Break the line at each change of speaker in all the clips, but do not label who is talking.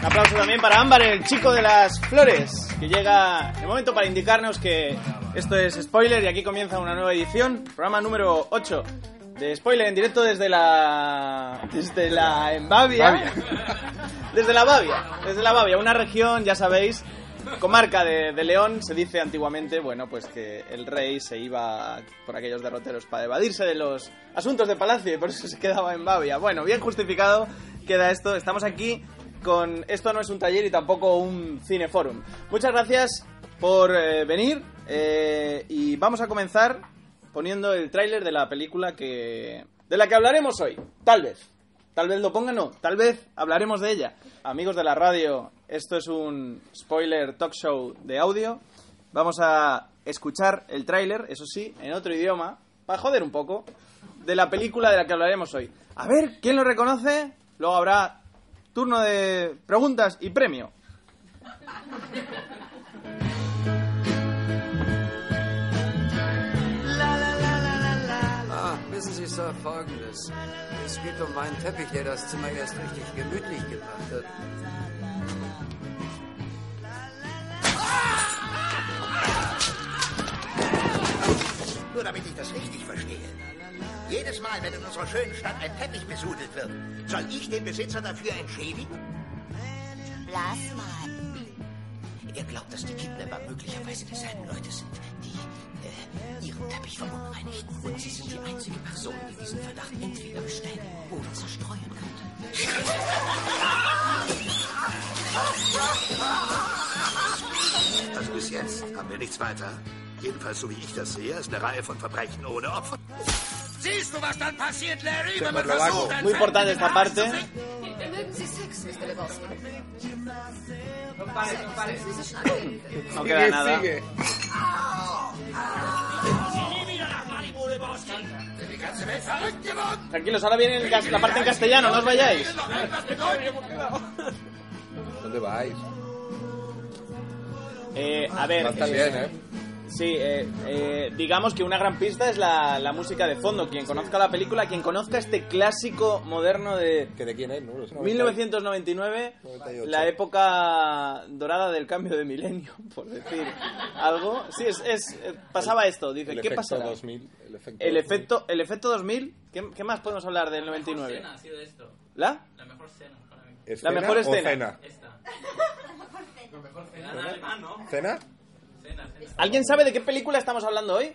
Un aplauso también para Ámbar, el chico de las flores, que llega el momento para indicarnos que esto es spoiler y aquí comienza una nueva edición, programa número 8 de spoiler en directo desde la. desde la. en Bavia. Desde la Bavia, desde la Bavia, una región, ya sabéis, comarca de, de León, se dice antiguamente, bueno, pues que el rey se iba por aquellos derroteros para evadirse de los asuntos de palacio y por eso se quedaba en Bavia. Bueno, bien justificado queda esto, estamos aquí con esto no es un taller y tampoco un cineforum. Muchas gracias por eh, venir eh, y vamos a comenzar poniendo el tráiler de la película que de la que hablaremos hoy, tal vez. Tal vez lo pongan, no, tal vez hablaremos de ella. Amigos de la radio, esto es un spoiler talk show de audio. Vamos a escuchar el tráiler, eso sí, en otro idioma, para joder un poco, de la película de la que hablaremos hoy. A ver, ¿quién lo reconoce? Luego habrá turno de preguntas y premio.
Ah, wissen Sie, Sir, folgendes. Es geht um einen Teppich, der das Zimmer erst richtig gemütlich gemacht hat.
Nur damit ich das richtig verstehe. Jedes Mal, wenn in unserer schönen Stadt ein Teppich besudelt wird, soll ich den Besitzer dafür entschädigen?
Lass mal.
Ihr glaubt, dass die Kidnapper möglicherweise dieselben Leute sind, die äh, ihren Teppich verunreinigten. Und sie sind die einzige Person, die diesen Verdacht entweder bestätigen oder zerstreuen könnte.
Also bis jetzt haben wir nichts weiter. Jedenfalls, so wie ich das sehe, ist eine Reihe von Verbrechen ohne Opfer.
Siehst du, was dann passiert, Larry, wenn man
versucht,
Muy importante esta parte.
Mögen Sie Sex, Mr. Lebowski?
No queda nada. Tranquilos, ahora viene el cas- la parte en castellano, no os vayáis.
¿Dónde vais?
Eh, a ver,
Bastante
eh,
bien, ¿eh?
sí, eh, eh, digamos que una gran pista es la, la música de fondo. Quien conozca la película, quien conozca este clásico moderno de
¿Que de quién es? No lo sé.
1999,
98.
la época dorada del cambio de milenio, por decir algo. Sí, es, es- eh, pasaba esto. Dice,
El
¿qué
efecto
pasará?
2000, el efecto.
El efecto, el efecto 2000. ¿Qué, qué más podemos hablar del 99? ¿La?
¿Escena
la mejor
o
escena.
Cena? ¿Cena?
¿Alguien sabe de qué película estamos hablando hoy?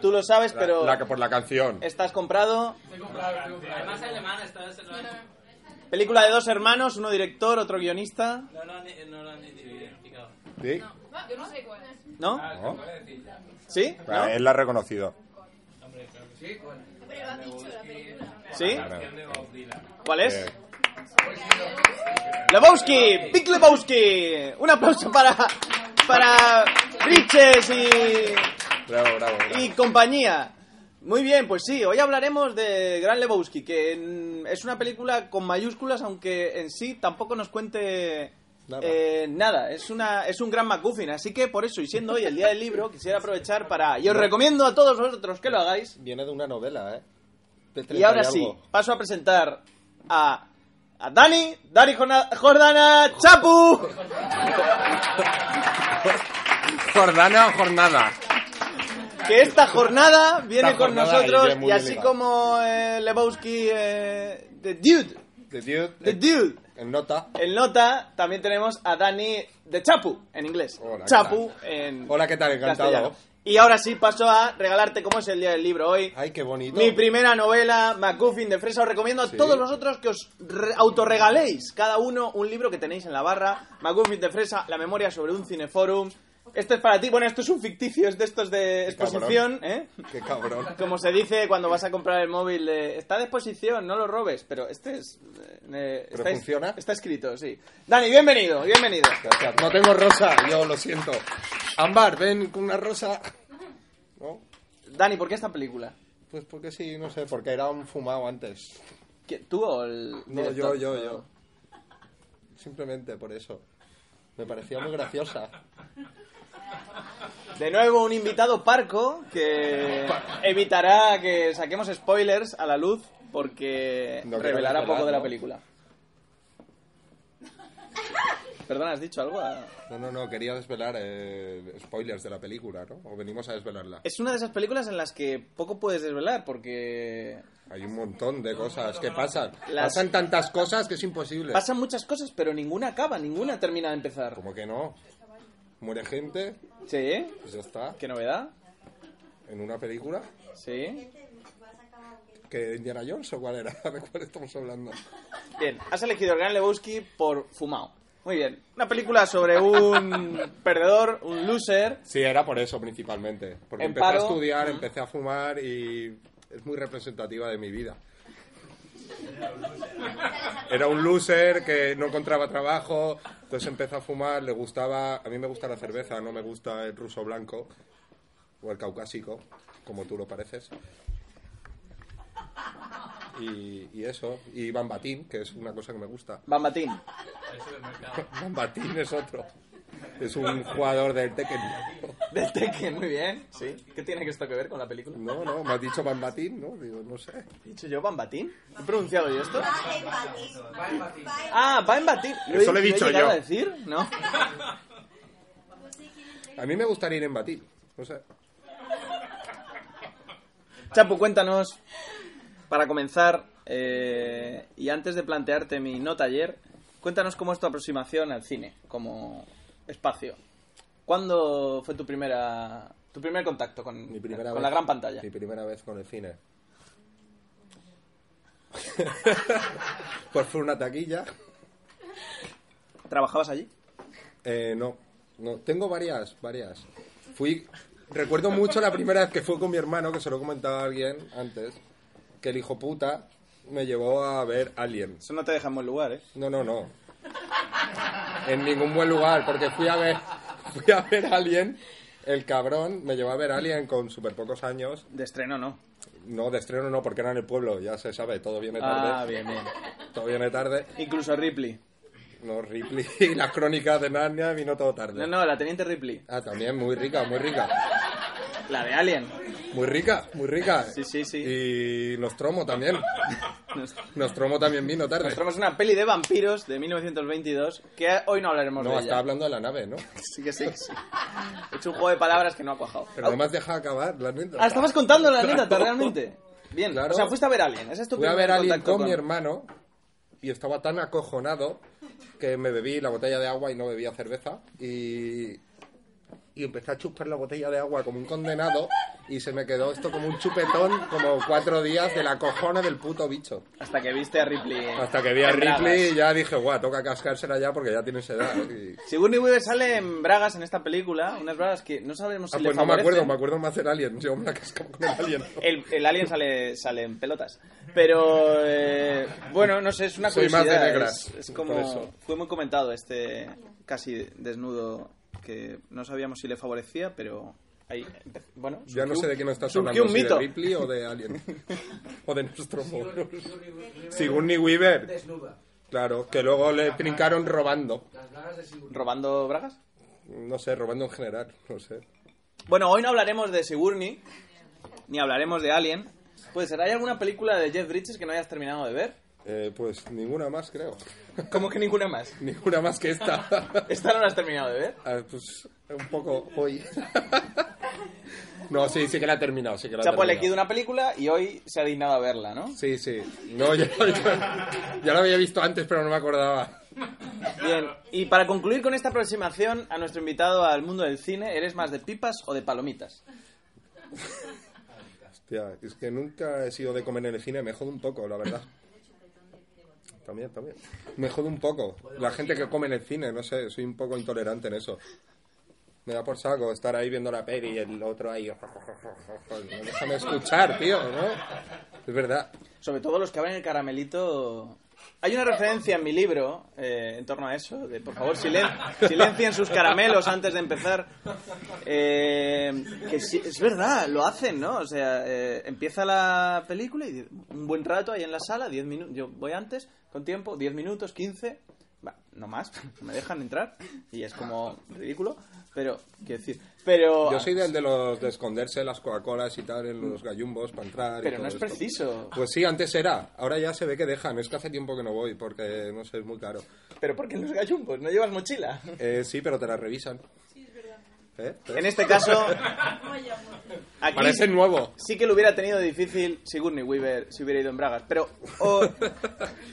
Tú lo sabes,
La-
pero
la que por la canción.
estás comprado. Película de dos hermanos, uno director, otro guionista,
¿Sí?
¿no?
Ah, ¿No?
¿Sí?
Claro,
¿No?
Él la ha reconocido.
¿Sí?
Claro.
¿Cuál es?
Eh,
Lebowski, Big Lebowski. Un aplauso para para Riches y,
bravo, bravo. bravo.
y compañía. Muy bien, pues sí, hoy hablaremos de Gran Lebowski, que en- es una película con mayúsculas, aunque en sí tampoco nos cuente
Nada.
eh, nada. Es, una, es un gran McGuffin, así que por eso, y siendo hoy el día del libro, quisiera aprovechar para... Y os recomiendo a todos vosotros que lo hagáis,
Viene de una novela, ¿eh? De
y
30
ahora sí,
algo.
paso a presentar a, a Dani, Dani Jorna- Jordana Chapu.
¿Jordana o jornada?
Que esta jornada viene
Esta
con
jornada
nosotros
iría muy
y así
bien
como eh, Lebowski, eh, The Dude,
The Dude.
The Dude,
En nota.
el nota, también tenemos a Dani de Chapu en inglés.
Hola, ¿qué
Chapu
tal?
en
Hola, ¿qué tal? Encantado.
castellano. Y ahora sí paso a regalarte, como es el día del libro hoy,
Ay, qué bonito.
mi primera novela, McGuffin de Fresa. Os recomiendo a todos vosotros que os re- autorregaléis cada uno un libro que tenéis en la barra. McGuffin de Fresa, La memoria sobre un cineforum. Este es para ti. Bueno, esto es un ficticio, es de estos de exposición, ¿eh?
Qué cabrón.
Como se dice cuando vas a comprar el móvil, de, está a disposición, no lo robes, pero este es... eh,
¿Pero
está es-
funciona?
Está escrito, sí. Dani, bienvenido, bienvenido.
Gracias. No tengo rosa, yo lo siento. Ámbar, ven con una rosa. ¿No?
Dani, ¿por qué esta película?
Pues porque sí, no sé, porque era un fumado antes.
¿Qui- ¿Tú o el
No, yo,
director?
yo, yo. Simplemente por eso. Me parecía muy graciosa.
De nuevo un invitado parco que evitará que saquemos spoilers a la luz porque
No creo
revelará
que
poco de la
¿no?
película. Perdona, ¿has dicho algo? Ah.
No, no, no, quería desvelar eh, spoilers de la película, ¿no? O venimos a desvelarla.
Es una de esas películas en las que poco puedes desvelar porque
Hay un montón de cosas que pasan.
Las-
Pasan tantas cosas que es imposible.
pasan muchas cosas pero ninguna acaba, ninguna termina de empezar.
Como que no. Muere gente,
Sí,
pues ya está.
qué novedad.
En una película.
Sí.
¿Que Indiana Jones o cuál era? ¿De cuál estamos hablando?
Bien, has elegido el Gran Lebowski por Fumao. Muy bien. Una película sobre un perdedor, un loser,
Sí, era por eso principalmente. Porque
En
empecé
paro.
a estudiar, empecé a fumar y es muy representativa de mi vida. Era un loser que no encontraba trabajo, entonces empezó a fumar, le gustaba, a mí me gusta la cerveza, no me gusta el ruso blanco o el caucásico, como tú lo pareces. Y, y eso, y Bambatín, que es una cosa que me gusta.
Bambatín.
Bambatín es otro, es un jugador del Tekken.
Del Tekken, muy bien. Sí. ¿Qué tiene que esto que ver con la película?
No, no, me has dicho Bambatín, ¿no? Digo, no sé.
¿He dicho yo Bambatín? ¿He pronunciado yo esto? Ah, Bambatín.
Eso lo he dicho
llegado
yo.
a decir? No.
A mí me gustaría ir en Batín. No sé.
Chapu, cuéntanos, para comenzar, eh, y antes de plantearte mi no taller, cuéntanos cómo es tu aproximación al cine como espacio. ¿Cuándo fue tu primera tu primer contacto con,
Mi primera
con
vez-
la gran pantalla?
Mi primera vez con el cine. pues fue una taquilla.
¿Trabajabas allí?
Eh, no, no. Tengo varias, varias. Fui. Recuerdo mucho la primera vez que fue con mi hermano, que se lo comentaba a alguien antes, que el hijo puta me llevó a ver Aliens.
Eso no te deja en buen lugar, ¿eh?
No, no, no. En ningún buen lugar, porque fui a ver, fui a ver a alguien. El cabrón me llevó a ver a alguien con súper pocos años.
De estreno no.
No, de estreno no, porque era en el pueblo, ya se sabe, todo viene tarde.
Ah, bien, bien.
Todo viene tarde.
Incluso Ripley.
No, Ripley y las crónicas de Narnia vino todo tarde.
No, no, la teniente Ripley.
Ah, también, muy rica, muy rica.
La de Alien.
Muy rica, muy rica.
Sí, sí, sí.
Y Nostromo también. Nostromo también vino tarde.
Mostramos una peli de vampiros de 1922 que hoy no hablaremos
No,
de
estaba
ella.
hablando de la nave, ¿no?
Sí, que sí, que sí. He hecho un juego de palabras que no ha cuajado.
Pero no me has dejado acabar la anécdota.
Ah, estabas contando la anécdota, realmente. Bien,
Claro.
o sea, fuiste a ver a alguien. Ese es tu
Fui a
primer
ver a alguien
contacto
con mi hermano y estaba tan acojonado que me bebí la botella de agua y no bebía cerveza y, y empecé a chupar la botella de agua como un condenado y se me quedó esto como un chupetón como cuatro días de la cojona del puto bicho.
Hasta que viste a Ripley.
Hasta que vi a
en
Ripley y
bragas.
ya dije, guau, toca cascársela ya porque ya tienes edad. y-
Sigourney Weaver sale en bragas en esta película, unas bragas que no sabemos si
Ah,
le
pues no me acuerdo,
favorecen.
me acuerdo más del Alien. Yo me la cascaba con el Alien.
El, el alien sale, sale en pelotas. Pero, eh, bueno, no sé, es una
Soy más
curiosidad.
de negras,
es, es
por
como...
eso.
Fue muy comentado este casi desnudo que no sabíamos si le favorecía, pero... Ahí, bueno,
Ya no
surgió-
sé de quién estás
surgió
hablando,
un
si de
mito.
Ripley o de Alien. o de Nostromo. Sigourney Weaver. Claro, que luego le trincaron robando.
¿Robando bragas?
No sé, robando en general, no sé.
Bueno, hoy no hablaremos de Sigourney, ni hablaremos de Alien. Pues, ¿hay alguna película de Jeff Bridges que no hayas terminado de ver?
Eh, pues ninguna más, creo.
¿Cómo que ninguna más?
ninguna más que esta.
¿Esta no la has terminado de ver?
Ah, pues un poco hoy. no, sí, sí que la he terminado, sí que la he
Chapo ha
terminado.
elegido una película y hoy se ha dignado a verla, ¿no?
Sí, sí. No, ya, ya la había visto antes, pero no me acordaba.
Bien, y para concluir con esta aproximación a nuestro invitado al mundo del cine, ¿eres más de pipas o de palomitas?
Hostia, es que nunca he sido de comer en el cine, me jode un poco, la verdad. También, también. Me jode un poco. La gente que come en el cine, no sé, soy un poco intolerante en eso. Me da por saco estar ahí viendo la peli y el otro ahí. Déjame escuchar, tío, ¿no? Es verdad.
Sobre todo los que abren el caramelito. Hay una referencia en mi libro eh, en torno a eso, de por favor silen- silencien sus caramelos antes de empezar. Eh, que sí- es verdad, lo hacen, ¿no? O sea, eh, empieza la película y un buen rato ahí en la sala, 10 minutos, yo voy antes, con tiempo, 10 minutos, 15, va, no más, no me dejan entrar y es como ridículo, pero, quiero decir, pero...
Yo soy del de los de esconderse las Coca-Colas y tal en los gallumbos para entrar. y
Pero no
todo
es
esto.
preciso.
Pues sí, antes era. Ahora ya se ve que dejan. Es que hace tiempo que no voy porque, no sé, es muy caro.
Pero porque en los gallumbos no llevas mochila.
Eh, sí, pero te la revisan. ¿Eh?
En este caso, aquí
Parece nuevo.
sí que lo hubiera tenido difícil Sigourney Weaver si hubiera ido en bragas. Pero o-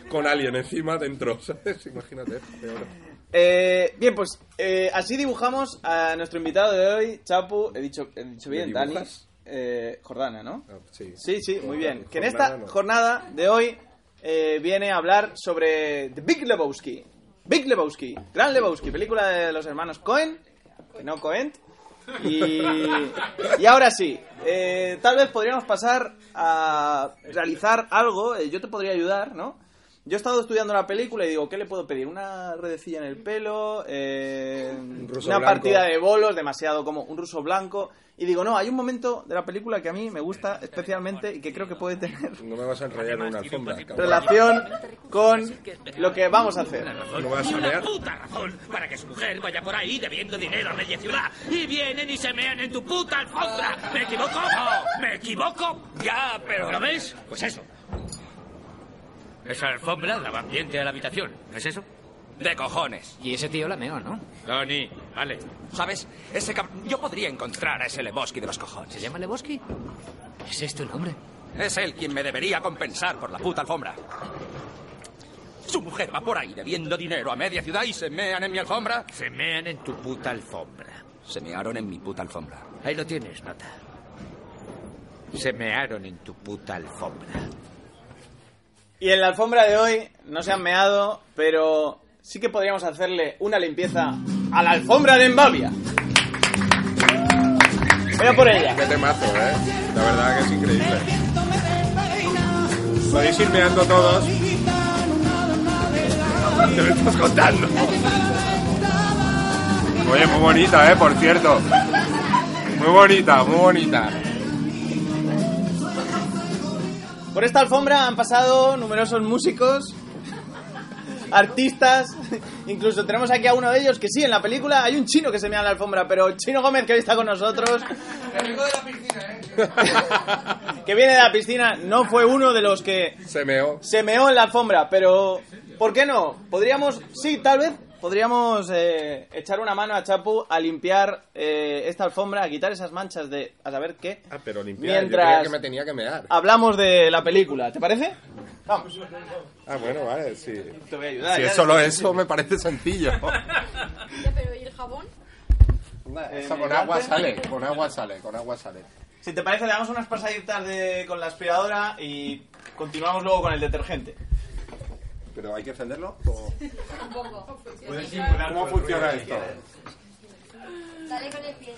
Con alien encima dentro, ¿sabes? Imagínate. peor.
eh, bien, pues eh, así dibujamos a nuestro invitado de hoy, Chapu. He dicho, he dicho
¿Me
bien, Dani.
dibujas?
Eh, Jordana, ¿no?
Ah, sí.
Sí, sí, muy bien. Que en
Jornada
esta
no.
jornada de hoy eh, viene a hablar sobre The Big Lebowski. Big Lebowski, Gran Lebowski, película de los hermanos Cohen, que no Cohen. Y, y ahora sí, eh, tal vez podríamos pasar a realizar algo, eh, yo te podría ayudar, ¿no? Yo he estado estudiando la película y digo, ¿qué le puedo pedir? Una redecilla en el pelo, eh,
ruso
una
blanco.
partida de bolos, demasiado como un ruso blanco. Y digo, no, hay un momento de la película que a mí me gusta especialmente y que creo que puede tener
No me vas a enrollar en una alfombra, cabrón.
relación con lo que vamos a hacer.
No vas a
Tiene
mear.
una puta razón para que su mujer vaya por ahí debiendo dinero a media ciudad y vienen y se mean en tu puta alfombra. ¿Me equivoco? ¿Me equivoco? Ya, pero ¿lo ves? Pues eso. Esa alfombra daba ambiente a la habitación, ¿no es eso? De cojones.
Y ese tío la meó, ¿no?
Tony, vale. ¿Sabes? Ese cabrón... Yo podría encontrar a ese Lebowski de los cojones.
¿Se llama Lebowski? ¿Ese es tu nombre?
Es él quien me debería compensar por la puta alfombra. Su mujer va por ahí debiendo dinero a media ciudad y se mean en mi alfombra.
Se mean en tu puta alfombra.
Se mearon en mi puta alfombra.
Ahí lo tienes, nota. Se mearon en tu puta alfombra.
Y en la alfombra de hoy no se han meado, pero sí que podríamos hacerle una limpieza a la alfombra de Embavia. Voy a por ella.
Qué temazo, ¿eh? La verdad que es increíble. Podéis ir meando todos. ¿Qué me estás contando? Oye, muy bonita, ¿eh? Por cierto. Muy bonita, muy bonita.
Por esta alfombra han pasado numerosos músicos, artistas, incluso tenemos aquí a uno de ellos que sí, en la película hay un chino que se mea en la alfombra, pero Chino Gómez que hoy está con nosotros... que viene de la piscina, no fue uno de los que
Se meó.
se meó en la alfombra, pero ¿por qué no? Podríamos, sí, tal vez podríamos eh, echar una mano a Chapu a limpiar eh, esta alfombra, a quitar esas manchas de a saber qué.
Ah, pero limpiar. Yo creía
Mientras
que me tenía que mear.
hablamos de la película, ¿te parece? Vamos.
Ah, bueno, vale, sí.
Te voy a ayudar. Ah,
Si
ya.
es solo eso, me parece sencillo.
Ya, pero ¿y el jabón?
Eso con agua
pues.
sale, con agua sale, con agua sale.
eh, Si te parece, le damos unas pasaditas de- con la aspiradora y continuamos luego con el detergente.
¿Pero hay que encenderlo? ¿O
Un poco.
¿Cómo funciona esto?
Dale con el pie.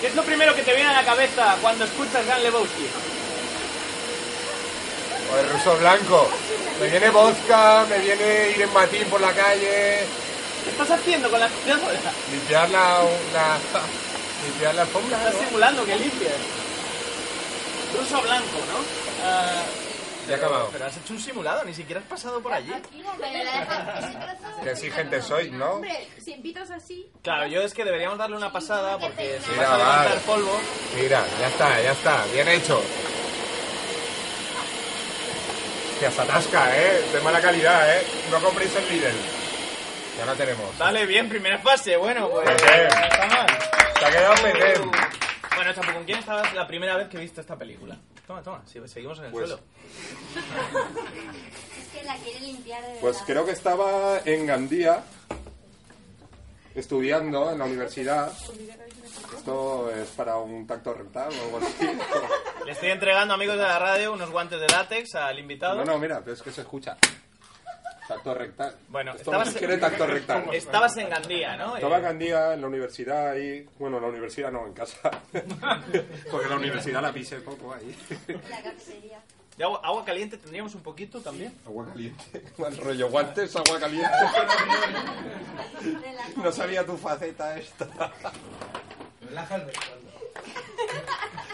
¿Qué es lo primero que te viene a la cabeza cuando escuchas Gran Lebowski?
O el ruso blanco. Me viene vodka, me viene ir en matín por la calle,
¿Qué estás haciendo con la aspiradora?
limpiar la... la limpiar la alfombra,
Estás
¿no?
simulando que limpias. Ruso blanco, ¿no? Ah,
Ya he acabado.
pero has hecho un simulado, ni siquiera has pasado por allí.
Pero la deja- ese trozo-
Que exigente sois, ¿no?
Hombre, si empiezas así,
Claro, yo es que deberíamos darle una pasada porque si vas
Mira,
a levantar
vale.
polvo.
Mira, ya está, ya está. Bien hecho. Que se atasca, ¿eh? De mala calidad, ¿eh? No compréis el líder. Ya la tenemos.
Dale, bien, primera fase. Bueno, pues.
Bien.
está mal.
Se ha quedado meter.
Bueno, Chapo, ¿con quién estabas la primera vez que viste esta película? Toma, toma, si seguimos en el
Pues-
suelo.
Es que la quiere limpiar de
Pues
verdad.
creo que estaba en Gandía estudiando en la universidad. Esto es para un tacto rental o algo así.
Le estoy entregando, amigos de la radio, unos guantes de látex al invitado.
No, no, mira, pero es que se escucha. Tacto rectal.
Bueno,
Esto no
estabas,
se quiere tacto rectal.
estabas en Gandía, ¿no?
Estaba
Eh,
en Gandía en la universidad ahí. Bueno, en la universidad no, en casa. Porque la universidad la pisé poco ahí.
La cafetería.
de agua, agua caliente tendríamos un poquito también.
Agua caliente. Mal rollo, guantes, agua caliente. No sabía tu faceta esta.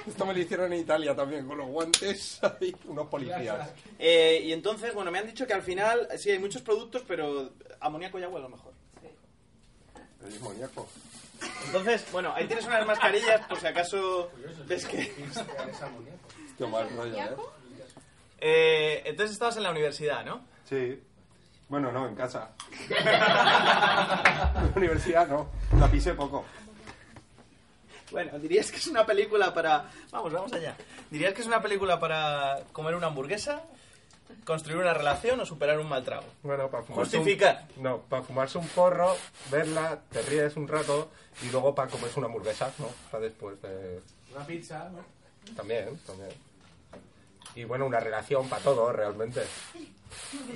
Esto me lo hicieron en Italia también, con los guantes hay unos policías.
Eh, y entonces, bueno, me han dicho que al final, sí, hay muchos productos, pero amoníaco y agua a lo mejor.
El demoníaco.
Entonces, bueno, ahí tienes unas mascarillas por si acaso ves que...
Qué mal rollo, ¿eh?
Eh, entonces estabas en la universidad, ¿no?
Sí. Bueno, no, en casa. En la universidad no, la pisé poco.
Bueno, dirías que es una película para... Vamos, vamos allá. ¿Dirías que es una película para comer una hamburguesa, construir una relación o superar un mal trago?
Bueno, para fumarse
Justifica.
Un, no, para fumarse un porro, verla, te ríes un rato y luego para comerse una hamburguesa, ¿no? Para después de...
Una pizza, ¿no?
También, también. Y bueno, una relación para todo, realmente.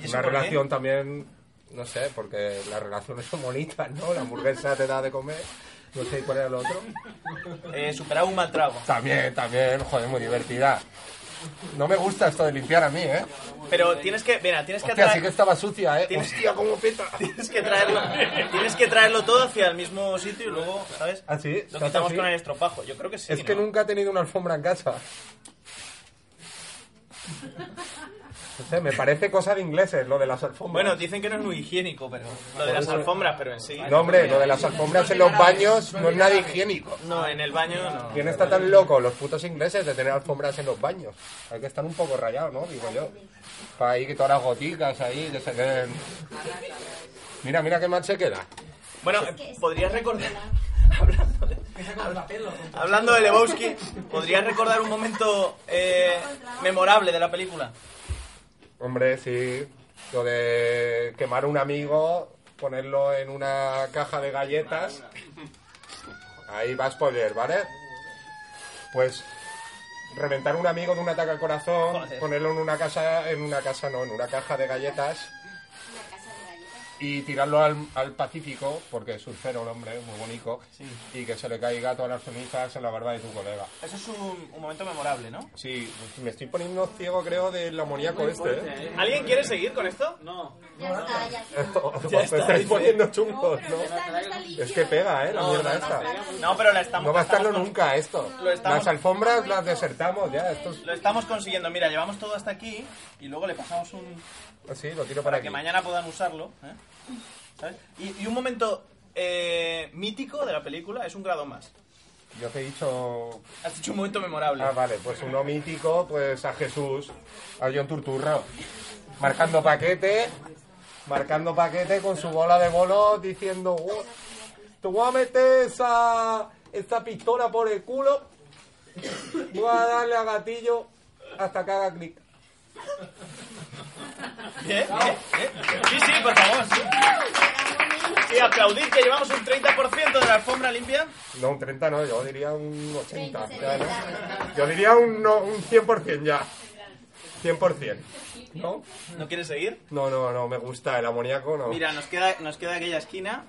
eso
Una
por qué?
relación también, no sé, porque las relaciones son bonitas, ¿no? La hamburguesa te da de comer, no sé cuál era el otro.
Eh, superar un mal trago.
También, también, joder, muy divertida. No me gusta esto de limpiar a mí, ¿eh?
Pero tienes que... Mira, tienes que
Hostia,
atraer-
sí que estaba sucia, ¿eh?
Tienes-
Hostia, cómo peta.
Tienes que traerlo, tienes que traerlo todo hacia el mismo sitio y luego, ¿sabes?
¿Ah, sí?
Lo
¿Estás
quitamos
así?
con el estropajo. Yo creo que sí.
es que
¿no?
nunca he tenido una alfombra en casa. No sé, me parece cosa de ingleses lo de las alfombras.
Bueno, dicen que no es muy higiénico, pero lo de
Por
las
eso-
alfombras, pero en sí.
no, hombre, lo de las alfombras en los baños no es nada higiénico.
No, en el baño no.
¿Quién está tan loco? Los putos ingleses de tener alfombras en los baños. Hay que estar un poco rayados, ¿no? Digo yo. Para ahí que todas las goticas ahí, que se queden... Mira, mira qué mal se queda.
Bueno, eh, podrías recordar. Hablando de Lebowski, ¿podrías recordar un momento eh, memorable de la película?
Hombre, sí. Lo de quemar un amigo, ponerlo en una caja de galletas. Ahí va spoiler, ¿vale? Pues reventar un amigo de un ataque al corazón, ponerlo en una casa, en una casa no, en una caja de galletas y tirarlo al, al Pacífico, porque es surfero el hombre, muy bonito, y que se le caiga todas las cenizas en la barba de tu colega.
Eso es un, un momento memorable, ¿no?
Sí, pues me estoy poniendo ciego, creo, del amoníaco este. ¿eh?
¿Alguien quiere seguir con esto? No.
Os pues, estáis poniendo chungos, ¿no? Es que pega, ¿eh? La mierda esta.
No, pero la estamos.
No va a estarlo nunca esto.
Lo estamos-
Las alfombras las desertamos ya. Esto es...
Lo estamos consiguiendo. Mira, llevamos todo hasta aquí y luego le pasamos un.
Sí, lo tiro
para
para aquí.
que mañana puedan usarlo. ¿eh? ¿Sabes? Y, y un momento eh, mítico de la película es un grado más.
Yo te he dicho...
Has dicho un momento memorable.
Ah, vale. Pues uno mítico, pues a Jesús, a John Turturro. Marcando paquete, marcando paquete con su bola de bolos diciendo... "Gu- Te voy a meter esa, esa pistola por el culo. Voy a darle a gatillo hasta que haga clic.
Bien, bien, bien. ¿Eh? Sí, sí, por favor. Sí. Sí, aplaudid que llevamos un 30% de la alfombra limpia.
No, un 30 no, yo diría un 80. ya, ¿no? Yo diría un, no, un 100% ya. 100%. ¿No?
¿No quieres seguir?
No, no, no, me gusta el amoníaco, no.
Mira, nos queda, nos queda aquella esquina.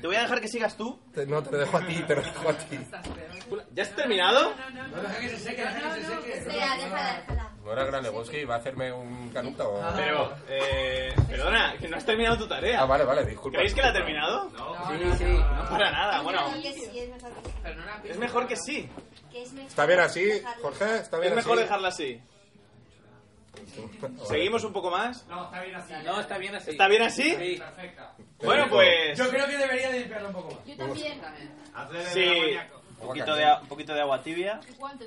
Te voy a dejar que sigas tú.
Te- No, te lo dejo a ti, te lo dejo a ti.
¿Ya has terminado?
Espera, déjala, déjala.
No era Gran Lebowski, va a hacerme un canuto.
Pero, eh, perdona, que no has terminado tu tarea.
Ah, vale, vale, disculpa.
¿Creéis que la ha terminado? No,
¿eh?
sí, sí. No para nada, bueno.
Que sí, es mejor que sí.
Es mejor que sí.
Que es mejor
¿Está bien así,
dejarla.
Jorge? ¿Está
Es
bien
mejor
así?
dejarla así. ¿Seguimos un poco más?
No, está bien así. No, está bien así.
¿Está bien así?
Sí, perfecta.
Bueno, pues...
Yo creo que debería de limpiarlo un poco más.
Yo también.
Sí. Un poquito, de, a- un poquito de agua tibia.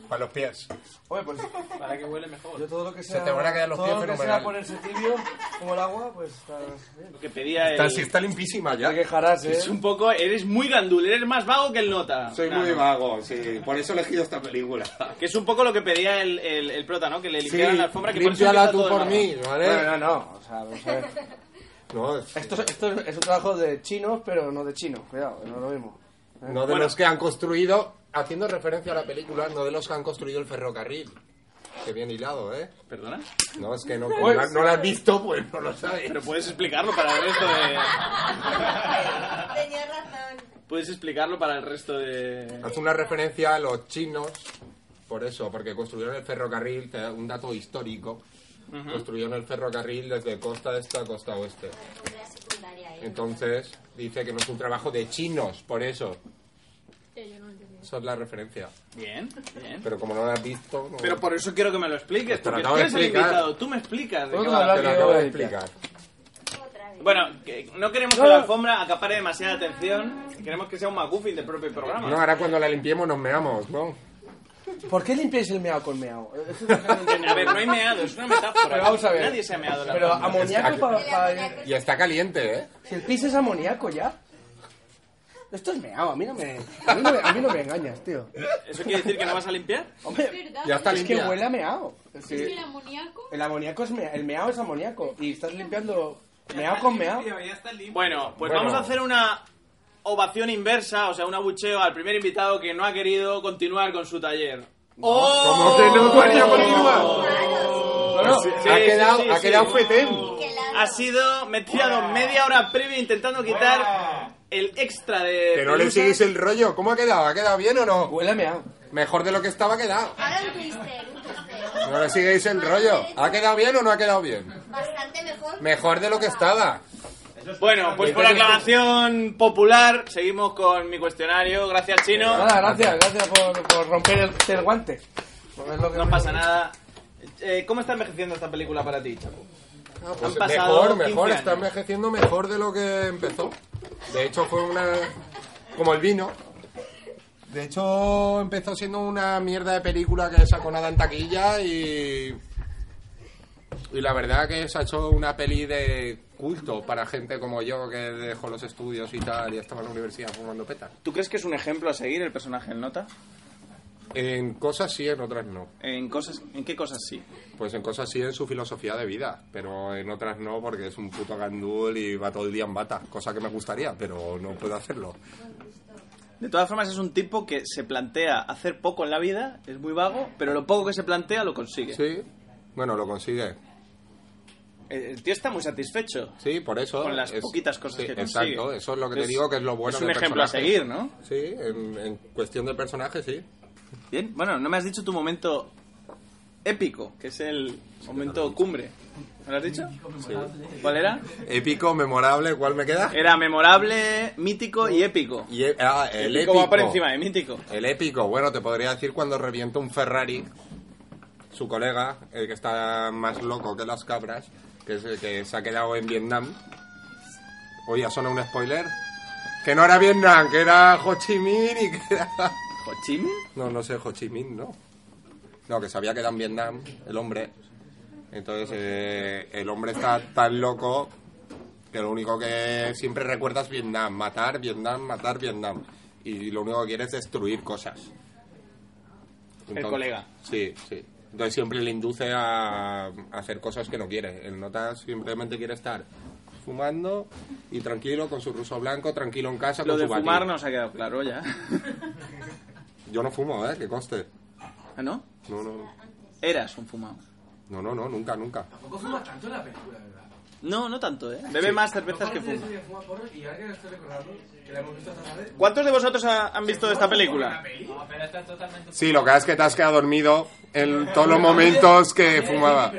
Para los pies.
Oye, pues para que huele mejor.
Yo todo lo que
Se
sea,
te van a quedar los
todo
pies
lo que sea
fenomenal.
ponerse tibio, como el agua, pues está bien.
Lo que pedía
Está,
el-
sí, está limpísima ya.
quejarás,
Es un poco... Eres muy gandul, eres más vago que el nota.
Soy
Claro.
muy vago, sí. Por eso he elegido esta película.
Que es un poco lo que pedía el, el, el prota, ¿no? Que le limpiaran la alfombra. Que por eso
límpiala
empieza todo
tú por
el
mí,
marrón.
¿vale?
No, no, no. O sea, vamos a ver.
No,
Esto, es- esto es un trabajo de chinos, pero no de chinos. Cuidado, no es lo mismo. ¿eh?
No de los que han construido, haciendo referencia a la película, no de los que han construido el ferrocarril. Que bien hilado, ¿eh?
¿Perdona?
No, es que no, como no, no lo has visto, pues no lo sabes.
Pero puedes explicarlo para el resto de...
Tenía razón.
Puedes explicarlo para el resto de...
Hace una referencia a los chinos, por eso, porque construyeron el ferrocarril, te da un dato histórico.
Ujú.
Construyeron el ferrocarril desde costa este a costa oeste.
De la secundaria, ¿eh?
Entonces, dice que no es un trabajo de chinos, por eso. Esa es la referencia.
Bien, bien.
Pero como no lo has visto... no-
Pero por eso quiero que me lo expliques,
Te lo
porque tú
acabo de
eres el
explicar.
invitado, tú me explicas. de
Te
qué
lo
va.
acabo de explicar.
Bueno, que no queremos que la alfombra acapare demasiada atención, queremos que sea un McGuffin del propio programa.
No, ahora cuando la limpiemos nos meamos, ¿no?
¿Por qué limpiáis el meao con meao?
A ver, no hay meado, es una metáfora.
Pero vamos a ver.
Nadie se ha meado en la
Pero
alfombra.
amoníaco para... para-
Y está caliente, ¿eh?
Si el pis es amoníaco ya. Esto es meao, a mí no me, a mí no me, a mí no me engañas, tío.
¿Eso quiere decir que no vas a limpiar?
Hombre,
Ya está
es
limpia.
que huele a meao. Es
¿Es que
que
el amoníaco?
el amoníaco es mea- el meao es amoníaco y estás limpiando meao con meao.
Bueno, pues
Bueno.
vamos a hacer una ovación inversa, o sea, un abucheo al primer invitado que no ha querido continuar con su taller.
¿Cómo que no coño continúa? Sí, ha quedado, ha quedado fetén.
Ha sido metido media hora previa intentando quitar el extra de.
Que no le
pelusa.
seguís el rollo. ¿Cómo ha quedado? ¿Ha quedado bien o no?
Huele a meao.
Mejor de lo que estaba ha quedado.
Ahora un twister, un twister.
No le sigáis el rollo. ¿Ha quedado bien o no ha quedado bien?
Bastante mejor.
Mejor de lo que estaba.
Bueno, pues por aclamación popular, seguimos con mi cuestionario. Gracias, Chino.
Nada, gracias, gracias por, por romper el, el guante. Pues
No pasa nada. Eh, ¿Cómo está envejeciendo esta película para ti, Chapo?
Pues
Han pasado
mejor,
15
mejor.
años.
Está envejeciendo mejor de lo que empezó. De hecho, fue una. Como el vino. De hecho, empezó siendo una mierda de película que sacó nada en taquilla y. Y la verdad que se ha hecho una peli de culto para gente como yo que dejó los estudios y tal y estaba en la universidad fumando petas.
¿Tú crees que es un ejemplo a seguir el personaje en nota?
En cosas sí, en otras no.
¿En, cosas, ¿en qué cosas sí?
Pues en cosas sí, en su filosofía de vida, pero en otras no, porque es un puto gandul y va todo el día en bata, cosa que me gustaría, pero no puedo hacerlo.
De todas formas, es un tipo que se plantea hacer poco en la vida, es muy vago, pero lo poco que se plantea lo consigue.
Sí, bueno, lo consigue.
El, Eh, el tío está muy satisfecho.
Sí, por eso.
Con las
es-
poquitas cosas
sí,
que consigue.
Exacto, eso es lo que te
Entonces,
digo que es lo bueno
Es un
del
ejemplo
personaje.
a seguir, ¿no?
Sí, en, en cuestión de personaje, sí.
Bien, bueno, no me has dicho tu momento épico, que es el momento cumbre. ¿Me lo has dicho? ¿Cuál era?
Épico, memorable, ¿cuál me queda?
Era memorable, mítico y épico.
Y, eh, ah, el
Épico
épico.
va por encima de mítico.
El épico, bueno, te podría decir cuando revienta un Ferrari, su colega, el que está más loco que las cabras, que, es el que se ha quedado en Vietnam. Oye, ha sonado un spoiler. Que no era Vietnam, que era Ho Chi Minh y que era...
¿Ho Chi Minh?
No, no sé Ho Chi Minh, no. No, que se había quedado en Vietnam, el hombre. Entonces, eh, el hombre está tan loco que lo único que siempre recuerda es Vietnam, matar Vietnam, matar Vietnam. Y lo único que quiere es destruir cosas. Entonces-
colega.
Sí, sí. Entonces siempre le induce a a hacer cosas que no quiere. El nota simplemente quiere estar fumando y tranquilo con su ruso blanco, tranquilo en casa
Lo
con
de
su batir.
fumar nos ha quedado claro ya.
Yo no fumo, ¿eh? Que conste.
¿Ah, no?
No, no,
Eras un fumado.
no, no, no nunca, nunca.
Tampoco fuma tanto en la película, ¿verdad?
No, no tanto, ¿eh? Bebe
Sí.
más cervezas que
Aparte de
fuma.
eso, fuma porros y ahora que lo estoy recordando, que la hemos visto esta tarde...
¿Cuántos de vosotros ha- han visto esta película?
No, pero está totalmente...
Sí, lo que pasa es que te has quedado dormido en todos los momentos que fumaba.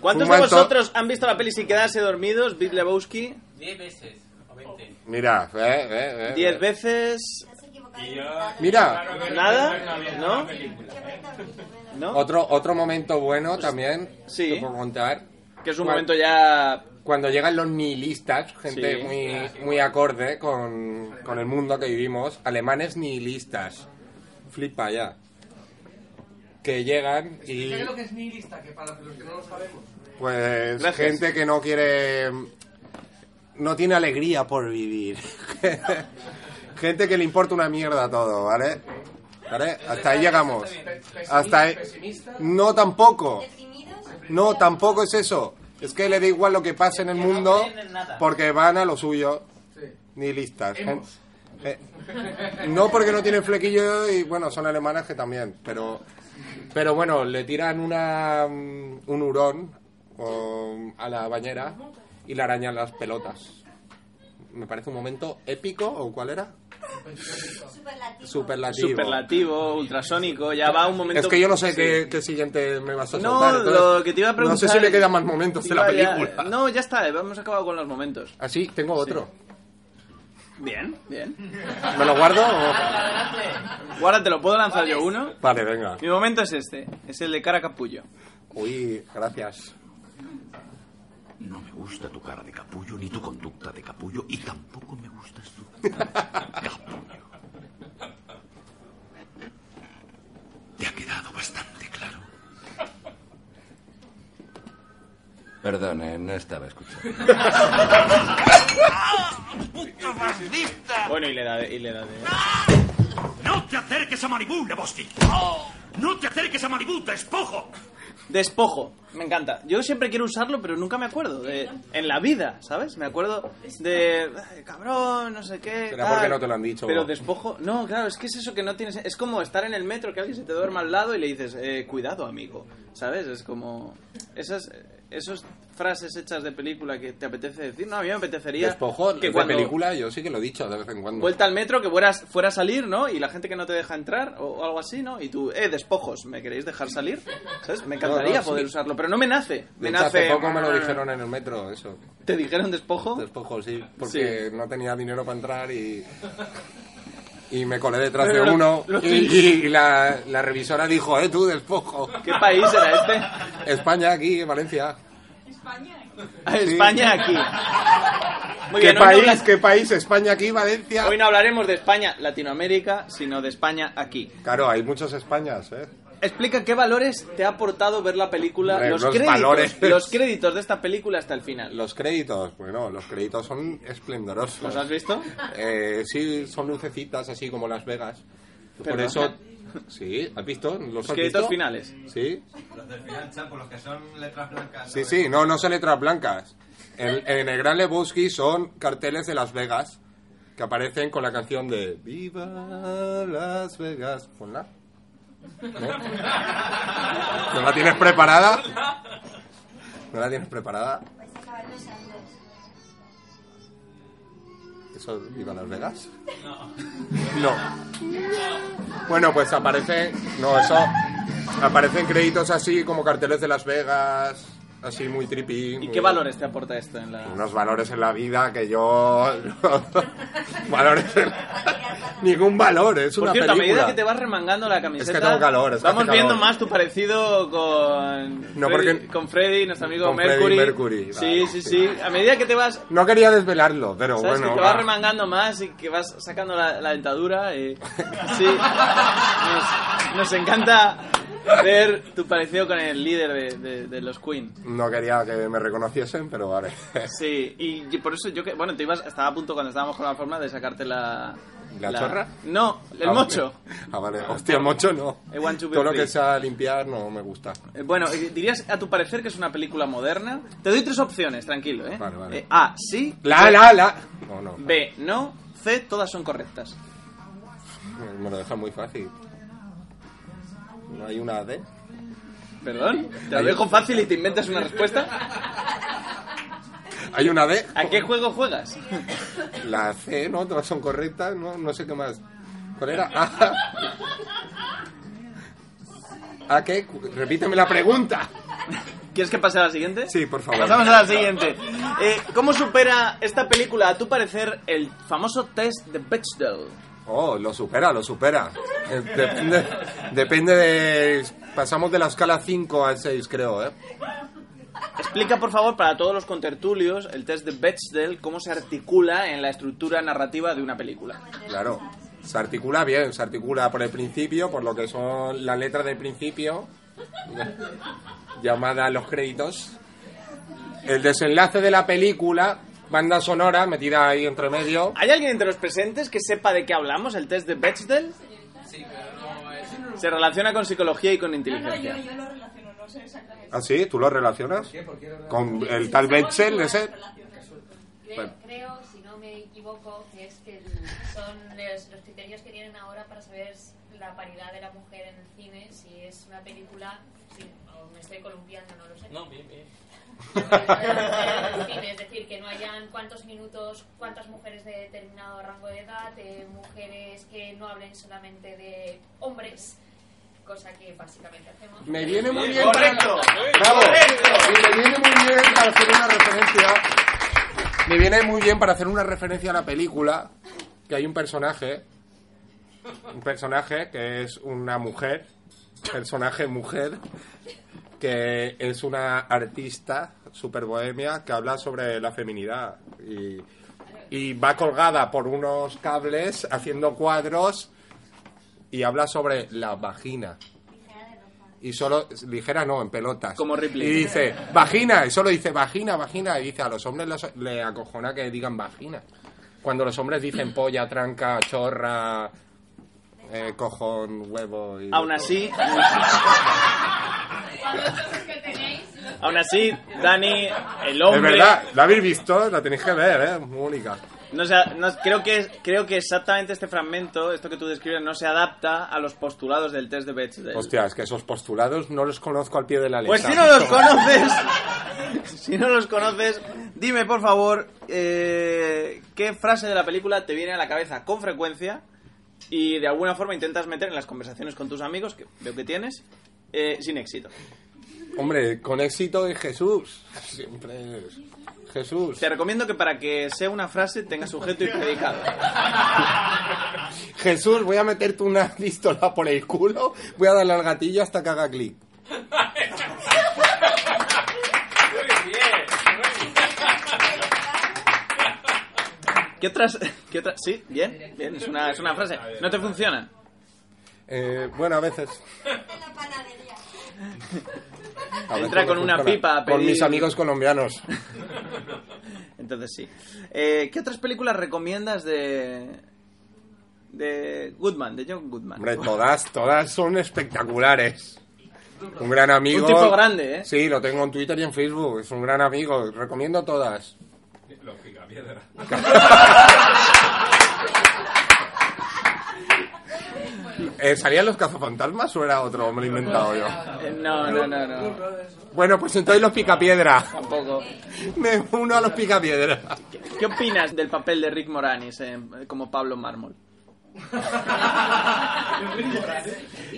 ¿Cuántos
Fuma
de
en to-
vosotros han visto la peli sin quedarse dormidos? Big Lebowski.
Diez veces, o veinte.
Mira, eh, eh, eh.
Diez veces.
Mira.
Nada. ¿No? ¿No?
Otro, otro momento bueno también
Sí.
te puedo contar.
Que es un
Cuan-
momento ya
cuando llegan los nihilistas, gente
Sí.
muy, muy acorde con, con el mundo que vivimos, alemanes nihilistas. Flipa ya. Que llegan y.
¿Qué es lo que es nihilista? Que para los que no lo sabemos.
Pues
Gracias.
gente que no quiere. No tiene alegría por vivir. gente que le importa una mierda todo, ¿vale? ¿Vale? Hasta ahí llegamos. Hasta ahí. No tampoco. No, tampoco es eso. Es que le da igual lo que pase en el mundo porque van a lo suyo. Ni listas.
Hemos.
Eh, no porque no tienen flequillo y bueno, son alemanas que también, pero pero bueno, le tiran una mm, un hurón um, a la bañera y le arañan las pelotas. Me parece un momento épico o cuál era? Superlativo.
Superlativo, ultrasónico, ya va un momento...
Es que yo no sé
Sí.
qué, qué siguiente me vas a
No,
soltar. entonces,
lo que te iba a preguntar...
No sé si me quedan más momentos de la
Iba ya-
película.
No, ya está, hemos acabado con los momentos.
Así, tengo otro.
Bien, bien.
¿Me lo guardo o-
Guárdatelo, ¿puedo lanzar yo uno?
Vale, venga.
Mi momento es este, es el de cara a capullo.
Uy, gracias.
No me gusta tu cara de capullo, ni tu conducta de capullo, y tampoco me gustas tú. capullo. Te ha quedado bastante claro.
Perdone, no estaba escuchando.
¡Puto fascista!
Bueno, y le da de... Y le da de...
¡No te acerques a Maribú, Lebowski! ¡No te acerques a Maribú, despojo!
Despojo, me encanta. Yo siempre quiero usarlo, pero nunca me acuerdo. de- en la vida, ¿sabes? Me acuerdo de. "Ay, Cabrón, no sé qué.
Será
tal".
porque no te lo han dicho.
Pero despojo. No, claro, es que es eso que no tienes. Es como estar en el metro que alguien se te duerma al lado y le dices, eh, cuidado, amigo. ¿Sabes? Es como. Esas. Esas frases hechas de película que te apetece decir. No, a mí me apetecería.
Despojo
que
de
cuando-
película, yo sí que lo he dicho de vez en cuando.
Vuelta al metro, que fueras, fuera a salir, ¿no? Y la gente que no te deja entrar o, o algo así, ¿no? Y tú, eh, despojos, ¿me queréis dejar salir? ¿Sabes? Me encantaría
No, no, sí.
poder usarlo, pero no me nace.
De
Me
hecho,
nace.
hace poco me lo dijeron en el metro, eso.
¿Te dijeron despojo?
Despojo, sí. Porque no tenía dinero para entrar y... Y me colé detrás de
Lo-
uno
lo-
y, y la, la revisora dijo, eh, tú, despojo.
¿Qué país era
este? España, aquí, Valencia.
Ah, España aquí. Muy
¿Qué
bien, hoy no
país,
hablas-
qué país? España aquí, Valencia.
Hoy no hablaremos de España, Latinoamérica, sino de España aquí.
Claro, hay muchos Españas, eh.
Explica qué valores te ha aportado ver la película,
Hombre,
los,
los
créditos,
valores.
los créditos de esta película hasta el final.
Los créditos, bueno, los créditos son esplendorosos.
¿Los has visto?
Eh, sí, son lucecitas así como Las Vegas. Por
Perdón.
eso, sí, ¿has visto? ¿Los, has
créditos
visto?
finales.
Sí,
Los del final, chapo, los que son letras blancas.
sí, sí, no, no son letras blancas. En, en el Gran Lebowski son carteles de Las Vegas que aparecen con la canción de Viva Las Vegas. Ponla. ¿No la tienes preparada? ¿No la tienes preparada? ¿Eso es Viva Las Vegas? No. Bueno, pues aparece. No, eso. Aparecen créditos así como carteles de Las Vegas, así muy trippy.
¿Y qué valores te aporta esto en la...
Unos valores en la vida que yo. valores. en- Ningún valor, es
Por
una
cierto, a
película.
medida que te vas remangando la camiseta,
tengo calor, es que
vamos
hace calor.
viendo más tu parecido con,
No,
Freddy,
porque-
con Freddy, nuestro amigo
Con Freddie
Mercury.
Mercury,
sí,
vale,
sí,
sí.
sí. A medida que te vas,
No quería desvelarlo, pero
sabes
bueno.
que te vas
va.
remangando más y que vas sacando la, la dentadura, eh, sí, nos, nos encanta ver tu parecido con el líder de, de- de los Queen.
No quería que me reconociesen, pero vale.
Sí, y por eso yo que, bueno, te ibas, estaba a punto cuando estábamos con la forma de sacarte la...
¿La chorra?
No, el
Ah, ok.
mocho.
Ah, vale. Hostia, el mocho no.
I want to be
Todo lo
free.
que sea limpiar no me gusta.
Eh, Bueno, eh, dirías a tu parecer que es una película moderna. Te doy tres opciones, tranquilo, ¿eh?
vale.
Eh, a, sí.
La,
B,
la, la. No, no.
B, no. C, todas son correctas.
Me lo deja muy fácil. ¿No hay una D?
¿Perdón? Te lo dejo fácil y te inventas una respuesta.
¿Hay una D?
¿A qué juego juegas?
La C, ¿no? Todas son correctas, ¿no? No sé qué más. ¿Cuál era? Ah. ¿A Ah, qué? Repíteme la pregunta.
¿Quieres que pase a la siguiente?
Sí, por favor.
Pasamos a la siguiente. Eh, ¿Cómo supera esta película, a tu parecer, el famoso test de Bechdel?
Oh, lo supera, lo supera. Eh, Depende, depende de... Pasamos de la escala 5 al 6, creo, ¿eh?
Es Explica, por favor, para todos los contertulios el test de Bechdel, cómo se articula en la estructura narrativa de una película.
Claro. Se articula bien, se articula por el principio, por lo que son las letras del principio, llamadas los créditos. El desenlace de la película, banda sonora metida ahí entre medio.
¿Hay alguien entre los presentes que sepa de qué hablamos, el test de Bechdel? Se relaciona con psicología y con inteligencia.
lo relaciono, no sé exactamente.
¿Ah, sí? ¿Tú lo relacionas? ¿Con el tal Betzel ese? Bueno.
Creo, creo, si no me equivoco, que es que el- son los, los criterios que tienen ahora para saber s- la paridad de la mujer en el cine, si es una película, si, o me estoy columpiando, no lo sé.
No, bien, bien.
En fin, es decir, que no hayan cuántos minutos, cuántas mujeres de determinado rango de edad, eh, mujeres que no hablen solamente de hombres, cosa que básicamente hacemos.
Me viene muy bien.
Correcto.
Bravo. Y me viene muy bien para hacer una referencia. Me viene muy bien para hacer una referencia a la película. Que hay un personaje. Un personaje que es una mujer. Personaje mujer. Que es una artista super bohemia que habla sobre la feminidad. Y, y va colgada por unos cables haciendo cuadros. Y habla sobre la vagina y solo ligera no en pelotas como
Ripley.
y dice vagina y solo dice vagina vagina y dice a los hombres les, le acojona que digan vagina cuando los hombres dicen polla tranca chorra eh, cojón huevo y
Aún así, aún así, Dani, el
es
hombre...
verdad la habéis visto la tenéis que ver eh única
No, se a- no- creo, que, creo que exactamente este fragmento, esto que tú describes, no se adapta a los postulados del test de Bechdel.
Hostia, es que esos postulados no los conozco al pie de la letra.
Eh. Pues si no los conoces, si no los conoces, dime por favor eh, qué frase de la película te viene a la cabeza con frecuencia y de alguna forma intentas meter en las conversaciones con tus amigos, que veo que tienes, eh, sin éxito.
Hombre, con éxito es Jesús. Siempre es Jesús.
Te recomiendo que para que sea una frase tenga sujeto y predicado.
Jesús, voy a meterte una pistola por el culo, voy a darle al gatillo hasta que haga clic.
¿Qué otras? ¿Qué otras? Sí, bien, bien, es una, es una frase. No te funciona.
Eh, bueno, a veces. A veces
Entra con
me
una
funciona.
pipa a
Con
pedir-
mis amigos colombianos.
Entonces sí. Eh, ¿Qué otras películas recomiendas de de Goodman, de John Goodman?
Hombre, todas, todas son espectaculares. Un gran amigo.
Un tipo grande, ¿eh?
Sí, lo tengo en Twitter y en Facebook. Es un gran amigo. Recomiendo todas.
Los picapiedras.
Eh, ¿Salían los cazafantasmas o era otro? Me lo he inventado yo.
Eh, No, no, no, no.
Bueno, pues entonces los picapiedra.
Tampoco.
Me uno a los picapiedra.
¿Qué opinas del papel de Rick Moranis en- como Pablo Mármol?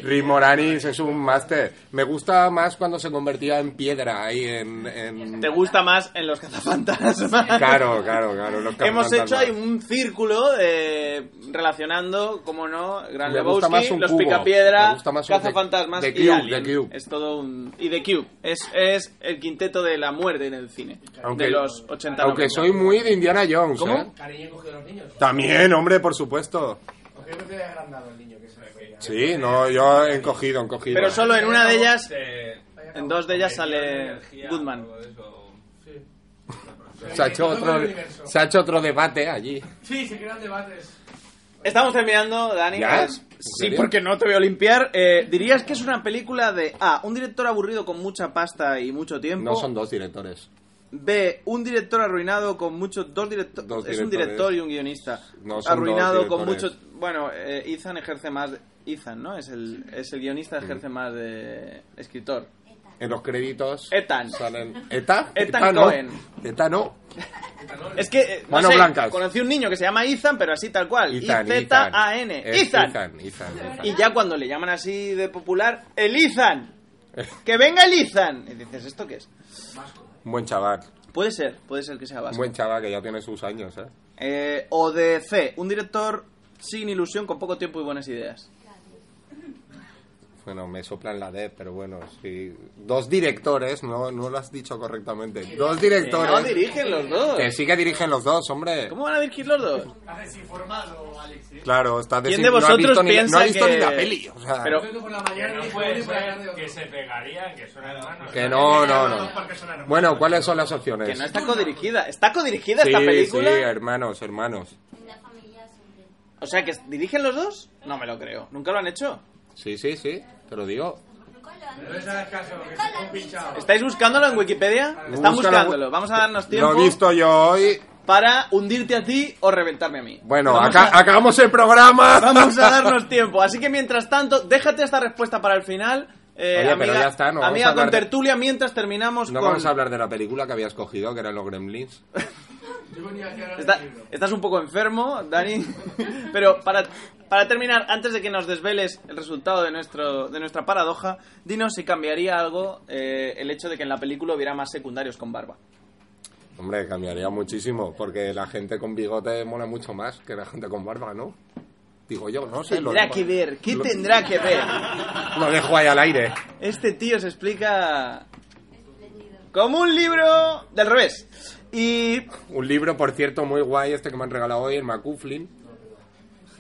Rick Moranis es un máster. Me gusta más cuando se convertía en piedra ahí en... en-
¿Te gusta más en los cazafantasmas?
Claro, claro, claro. los
Hemos
cazafantasmas.
hecho ahí un círculo eh, relacionando, como no, Gran
Me gusta más
Lebowski,
un
Los
cubo. Me
Picapiedra,
gusta más un
Cazafantasmas
The- The
y
Cube,
Alien.
The Cube.
Es todo un... Y The Cube. Es, es el quinteto de la muerte en el cine.
Aunque-
de los 80
Aunque soy muy de Indiana Jones. ¿eh?
Cariño cogió a los niños.
También, hombre, por supuesto.
Porque no te había agrandado el niño que se fue ya.
Sí, no, yo he encogido, he encogido.
Pero solo en una de ellas, en dos de ellas sale Goodman.
Se ha hecho otro, se ha hecho otro debate allí.
Sí, se crean debates.
Estamos terminando, Dani. Pues,
¿Ya?
Sí, porque no te veo limpiar. Eh, ¿Dirías que es una película de A, un director aburrido con mucha pasta y mucho tiempo?
No son dos directores.
B, un director arruinado con muchos... Dos, directores. Es un
directores.
director y un guionista.
No son
arruinado
dos
con
directores.
mucho... Bueno, eh, Ethan ejerce más... de- Ethan, ¿no? Es el, es el guionista, ejerce más de escritor.
En los créditos
Ethan.
salen... ¿Eta?
Ethan
¿Eta no?
Cohen.
¿Eta no?
Es que... eh, no
Manos
sé,
blancas.
Conocí un niño que se llama Ethan, pero así tal cual.
Ethan,
I-Z-A-N.
Es
Ethan.
Ethan, Ethan, Ethan.
Y ya cuando le llaman así de popular, el Ethan. Que venga el Ethan. Y dices, ¿esto qué es?
Un buen chaval.
Puede ser, puede ser que sea
Un
vasco.
buen chaval que ya tiene sus años, ¿eh?
Eh, o de C, un director sin ilusión, con poco tiempo y buenas ideas.
Bueno, me soplan la D, pero bueno, sí. Dos directores, no, no lo has dicho correctamente. Dos directores.
Que Eh, no dirigen los dos.
Que sí que dirigen los dos, hombre.
¿Cómo van a dirigir los dos?
Has desinformado, Alex. ¿eh?
Claro, está
¿Quién
desin-
de
no ha visto
vosotros
ni, no ha
piensa
visto
que-
ni la peli. O sea,
Pero-
Por la mañana
No
dijo,
puede
"Oye, por la
ser que se pegarían, que son hermanos.
que no, no, no. Bueno, ¿cuáles son las opciones?
Que no está codirigida. ¿Está codirigida esta
Sí,
película?
Sí, hermanos, hermanos.
O sea, que dirigen los dos? No me lo creo. ¿Nunca lo han hecho?
Sí, sí, sí, te lo digo.
No les hagas caso, que se han pinchado.
¿Estáis buscándolo en Wikipedia? Están
Búscalo.
buscándolo. Vamos a darnos tiempo.
Lo he visto yo hoy.
Para hundirte a ti o reventarme a mí.
Bueno,
Vamos
acá,
a-
acabamos el programa.
Vamos a darnos tiempo. Así que mientras tanto, déjate esta respuesta para el final. Eh,
Oye, pero
amiga,
ya está, no vamos
amiga
a hablar
con
de-
tertulia, mientras terminamos
No
con.
vamos a hablar de la película que habías cogido, que eran los Gremlins.
Está- estás un poco enfermo, Dani. Pero para, para terminar, antes de que nos desveles el resultado de, nuestro, de nuestra paradoja, dinos si cambiaría algo eh, el hecho de que en la película hubiera más secundarios con barba.
Hombre, cambiaría muchísimo, porque la gente con bigote mola mucho más que la gente con barba, ¿no? Digo yo, no sé. lo
tendrá
dejo-
que ver, ¿qué
lo-
tendrá que ver?
Lo dejo ahí al aire.
Este tío se explica como un libro del revés. Y
Un libro, por cierto, muy guay, este que me han regalado hoy, el McCufflin.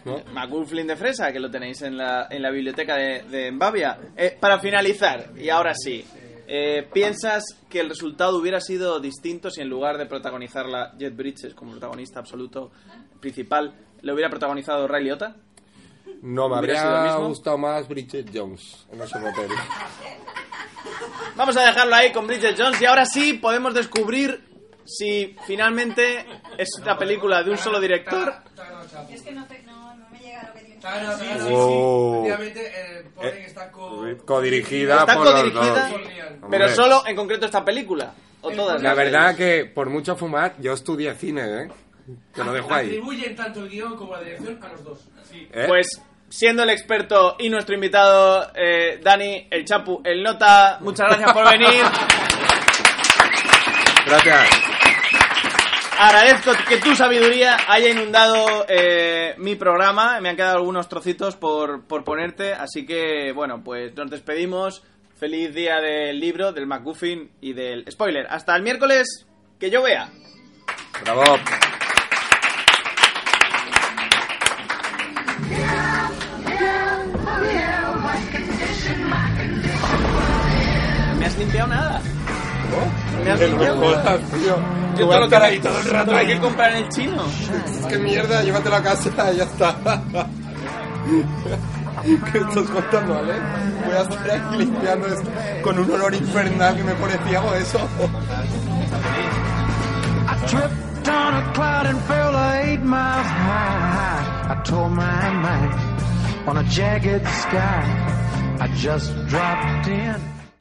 ¿No?
McGufflin de fresa, que lo tenéis en la, en la biblioteca de, de Embavia. Eh, para finalizar, y ahora sí, eh, ¿piensas que el resultado hubiera sido distinto si en lugar de protagonizarla Jet Bridges como protagonista absoluto principal, lo hubiera protagonizado Ray Liotta?
No, me
¿Hubiera sido lo
habría
mismo?
gustado más Bridget Jones en ese papel.
Vamos a dejarlo ahí con Bridget Jones y ahora sí podemos descubrir si finalmente es una película de un solo director.
Es que no, te, no, no me llega lo que tienes.
sí,
sí,
sí,
sí.
sí.
Wow.
Efectivamente, eh, ponen que está co...
Codirigida
Está
por los
codirigida,
dos.
pero
Hombre.
solo en concreto esta película. O todas
La
las
verdad que, por mucho fumar, yo estudié cine, ¿eh? Te lo dejo ahí.
Atribuyen tanto el guión como la dirección a los dos. Sí.
¿Eh?
Pues siendo el experto y nuestro invitado, eh, Dani, el Chapu, el Nota, muchas gracias por venir.
Gracias.
Agradezco que tu sabiduría haya inundado eh, mi programa. Me han quedado algunos trocitos por, por ponerte. Así que, bueno, pues nos despedimos. Feliz día del libro, del McGuffin y del spoiler. Hasta el miércoles, que yo vea.
Bravo.
Me has limpiado nada. Me has
Que no me
limpiado.
jodas, tío.
Yo
Tú
todo
vas
lo
a estar
que-
ahí todo el rato.
todo hay que comprar en el chino.
Es que mierda, llévatelo a casa y ya está. ¿Qué estás contando, Ale? Voy a estar aquí limpiando esto con un olor infernal que me pone ciego eso.
I tripped on a cloud and fell eight miles high. I tore my mind on a jagged sky. I just dropped in.